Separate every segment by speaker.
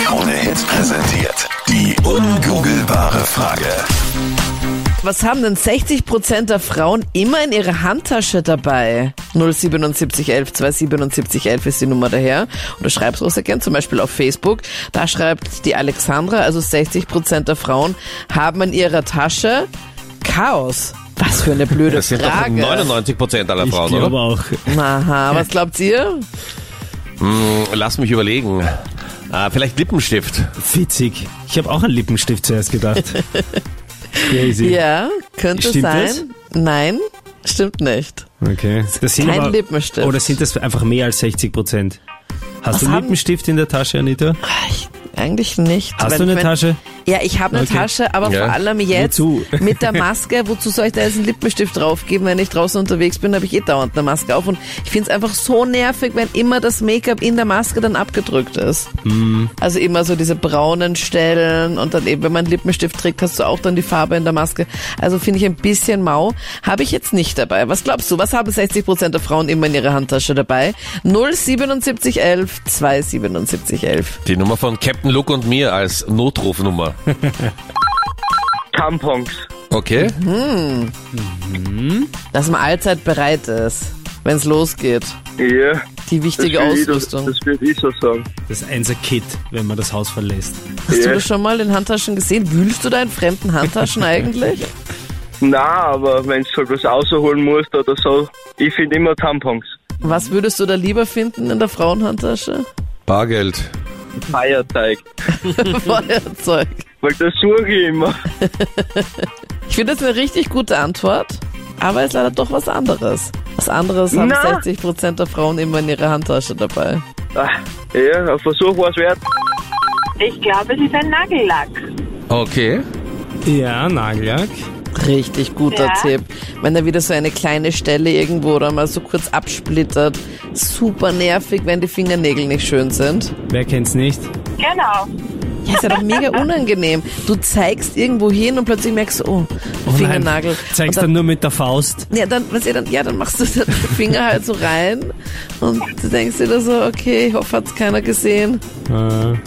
Speaker 1: Krone Hits präsentiert. Die ungoogelbare Frage.
Speaker 2: Was haben denn 60% der Frauen immer in ihrer Handtasche dabei? 07711 27711 ist die Nummer daher. Und du schreibst uns gern zum Beispiel auf Facebook. Da schreibt die Alexandra, also 60% der Frauen haben in ihrer Tasche Chaos. Was für eine blöde
Speaker 3: Das sind doch
Speaker 2: Frage.
Speaker 3: 99 Prozent aller
Speaker 4: Ich
Speaker 3: Frauen,
Speaker 4: glaube
Speaker 3: oder?
Speaker 4: auch.
Speaker 2: Aha, was glaubt ihr?
Speaker 3: Lass mich überlegen. Ah, vielleicht Lippenstift.
Speaker 4: Witzig. Ich habe auch an Lippenstift zuerst gedacht. Crazy.
Speaker 2: Ja, könnte
Speaker 4: Stimmt
Speaker 2: sein.
Speaker 4: das?
Speaker 2: Nein, stimmt nicht.
Speaker 4: Okay. Das sind
Speaker 2: Kein Lippenstift.
Speaker 4: Oder sind das einfach mehr als 60 Prozent? Hast du einen
Speaker 2: haben-
Speaker 4: Lippenstift in der Tasche, Anita?
Speaker 2: Ich, eigentlich nicht.
Speaker 4: Hast
Speaker 2: Wenn-
Speaker 4: du eine
Speaker 2: wenn-
Speaker 4: Tasche?
Speaker 2: Ja, ich habe eine
Speaker 4: Okay.
Speaker 2: Tasche, aber
Speaker 3: Ja.
Speaker 2: vor allem jetzt
Speaker 4: Wozu?
Speaker 2: mit der Maske. Wozu soll ich da jetzt einen Lippenstift draufgeben, wenn ich draußen unterwegs bin? habe ich eh dauernd eine Maske auf. Und ich find's einfach so nervig, wenn immer das Make-up in der Maske dann abgedrückt ist.
Speaker 4: Hm.
Speaker 2: Also immer so diese braunen Stellen und dann eben, wenn man einen Lippenstift trägt, hast du auch dann die Farbe in der Maske. Also finde ich ein bisschen mau. Habe ich jetzt nicht dabei. Was glaubst du, was haben 60% der Frauen immer in ihrer Handtasche dabei? 07711 27711.
Speaker 3: Die Nummer von Captain Luke und mir als Notrufnummer.
Speaker 5: Tampons.
Speaker 3: Okay?
Speaker 2: dass man allzeit bereit ist, wenn es losgeht.
Speaker 5: Ja.
Speaker 2: Die
Speaker 5: Das
Speaker 2: wichtige
Speaker 5: würd ich-
Speaker 2: Ausrüstung.
Speaker 5: Das, das würde ich so sagen.
Speaker 4: Das Einser-Kit, wenn man das Haus verlässt.
Speaker 2: Hast du
Speaker 5: Ja.
Speaker 2: das schon mal in Handtaschen gesehen? Wühlst du da in fremden Handtaschen eigentlich?
Speaker 5: Na, aber wenn du halt was rausholen musst oder so, ich finde immer Tampons.
Speaker 2: Was würdest du da lieber finden in der Frauenhandtasche?
Speaker 3: Bargeld.
Speaker 5: Feierteig.
Speaker 2: Feuerzeug.
Speaker 5: Weil das suche ich immer.
Speaker 2: Ich finde das eine richtig gute Antwort, aber ist leider doch was anderes. Was anderes haben
Speaker 5: Na?
Speaker 2: 60% der Frauen immer in ihrer Handtasche dabei.
Speaker 5: Ah, ja, ein Versuch war es wert.
Speaker 6: Ich glaube, es ist ein Nagellack.
Speaker 3: Okay.
Speaker 4: Ja, Nagellack.
Speaker 2: Richtig guter
Speaker 6: Ja.
Speaker 2: Tipp. Wenn da wieder so eine kleine Stelle irgendwo oder mal so kurz absplittert. Super nervig, wenn die Fingernägel nicht schön sind.
Speaker 4: Wer kennt's nicht? Oh
Speaker 6: Genau.
Speaker 2: Ja, ist ja doch mega unangenehm. Du zeigst irgendwo hin und plötzlich merkst du, oh,
Speaker 4: Oh nein.
Speaker 2: Fingernagel.
Speaker 4: Zeigst
Speaker 2: Und
Speaker 4: dann nur mit der Faust.
Speaker 2: Ja, dann, was ihr dann, ja, dann machst du den Finger halt so rein und du denkst dir da so, okay, ich hoffe, hat's keiner gesehen.
Speaker 4: Äh.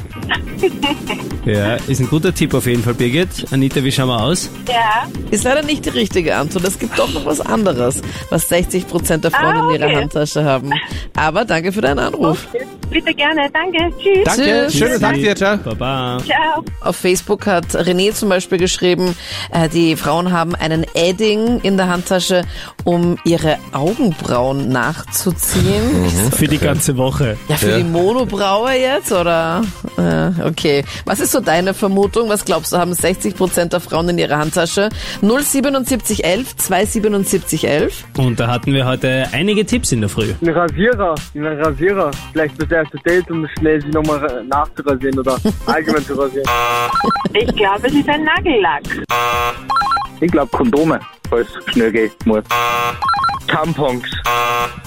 Speaker 4: Ja, ist ein guter Tipp auf jeden Fall, Birgit. Anita, wie schauen wir aus?
Speaker 6: Ja.
Speaker 2: Ist leider nicht die richtige Antwort. Es gibt doch noch was anderes, was 60 Prozent der Frauen
Speaker 6: Ah,
Speaker 2: in ihrer
Speaker 6: okay.
Speaker 2: Handtasche haben. Aber danke für deinen Anruf.
Speaker 6: Bitte gerne. Danke. Tschüss.
Speaker 3: Danke.
Speaker 2: Tschüss.
Speaker 3: Schönen Tag dir, ciao.
Speaker 4: Baba.
Speaker 6: Ciao.
Speaker 2: Auf Facebook hat René zum Beispiel geschrieben, äh, die Frauen haben einen Edding in der Handtasche, um ihre Augenbrauen nachzuziehen.
Speaker 4: Für die ganze Woche.
Speaker 2: Ja, für
Speaker 3: Ja.
Speaker 2: die Monobraue jetzt, oder? Äh, okay. Was ist so deine Vermutung? Was glaubst du, haben 60% der Frauen in ihrer Handtasche? 07711 27711?
Speaker 4: Und da hatten wir heute einige Tipps in der Früh.
Speaker 7: Ein Rasierer, ein Rasierer. Vielleicht das erste Date, um schnell sie nochmal nachzurasieren oder allgemein zu rasieren.
Speaker 6: Ich glaube, es ist ein Nagellack.
Speaker 5: Ich glaube Kondome, falls es schnell gehen muss. Tampons.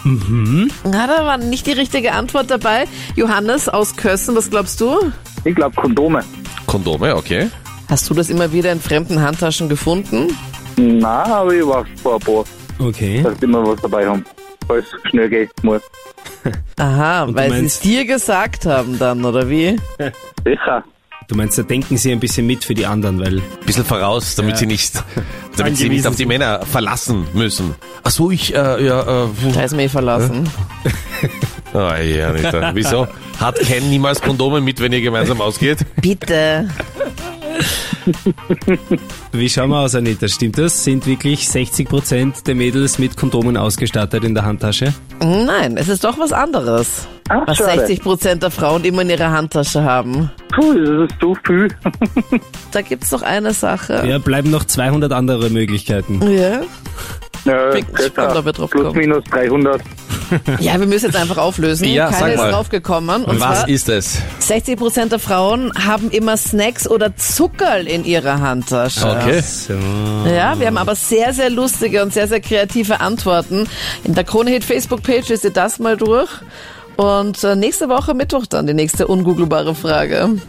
Speaker 2: Na, da war nicht die richtige Antwort dabei. Johannes aus Kössen, was glaubst du?
Speaker 5: Ich glaube Kondome.
Speaker 3: Kondome, okay.
Speaker 2: Hast du das immer wieder in fremden Handtaschen gefunden?
Speaker 5: Na, aber ich war vor ein paar,
Speaker 4: Okay.
Speaker 5: dass immer was dabei haben. Falls es schnell gehen muss.
Speaker 2: Aha,
Speaker 4: du
Speaker 2: weil sie es
Speaker 4: meinst-
Speaker 2: dir gesagt haben dann, oder wie?
Speaker 5: Sicher.
Speaker 4: Du meinst, da denken sie ein bisschen mit für die anderen, weil
Speaker 3: Bisschen voraus, damit sie nicht, damit sie nicht
Speaker 4: Angewiesen
Speaker 3: auf die Männer verlassen müssen. Ach so, ich, äh, ja, äh,
Speaker 2: Da ist mir eh verlassen.
Speaker 3: oh, ja, Anita. Wieso? Hat Ken niemals Kondome mit, wenn ihr gemeinsam ausgeht?
Speaker 2: Bitte.
Speaker 4: Wie schauen wir aus, Anita? Stimmt das? Sind wirklich 60% der Mädels mit Kondomen ausgestattet in der Handtasche?
Speaker 2: Nein, es ist doch was anderes.
Speaker 5: Ach,
Speaker 2: Was
Speaker 5: schade.
Speaker 2: 60% der Frauen immer in ihrer Handtasche haben.
Speaker 5: Puh, das ist so viel.
Speaker 2: Da gibt's doch eine Sache.
Speaker 4: Ja, bleiben noch 200 andere Möglichkeiten.
Speaker 2: Ja.
Speaker 5: Ja,
Speaker 2: Bin gespannt,
Speaker 5: circa
Speaker 2: ob wir drauf
Speaker 5: plus
Speaker 2: kommen.
Speaker 5: minus 300.
Speaker 2: ja, wir müssen jetzt einfach auflösen.
Speaker 3: Ja,
Speaker 2: Keiner
Speaker 3: sag
Speaker 2: ist
Speaker 3: mal.
Speaker 2: draufgekommen. Und
Speaker 3: Was
Speaker 2: zwar,
Speaker 3: ist es?
Speaker 2: 60 Prozent der Frauen haben immer Snacks oder Zuckerl in ihrer Handtasche.
Speaker 3: Okay.
Speaker 4: So.
Speaker 2: Ja, wir haben aber sehr, sehr lustige und sehr, sehr kreative Antworten. In der Kronehit Facebook-Page ist ihr das mal durch. Und äh, nächste Woche Mittwoch dann die nächste ungooglebare Frage.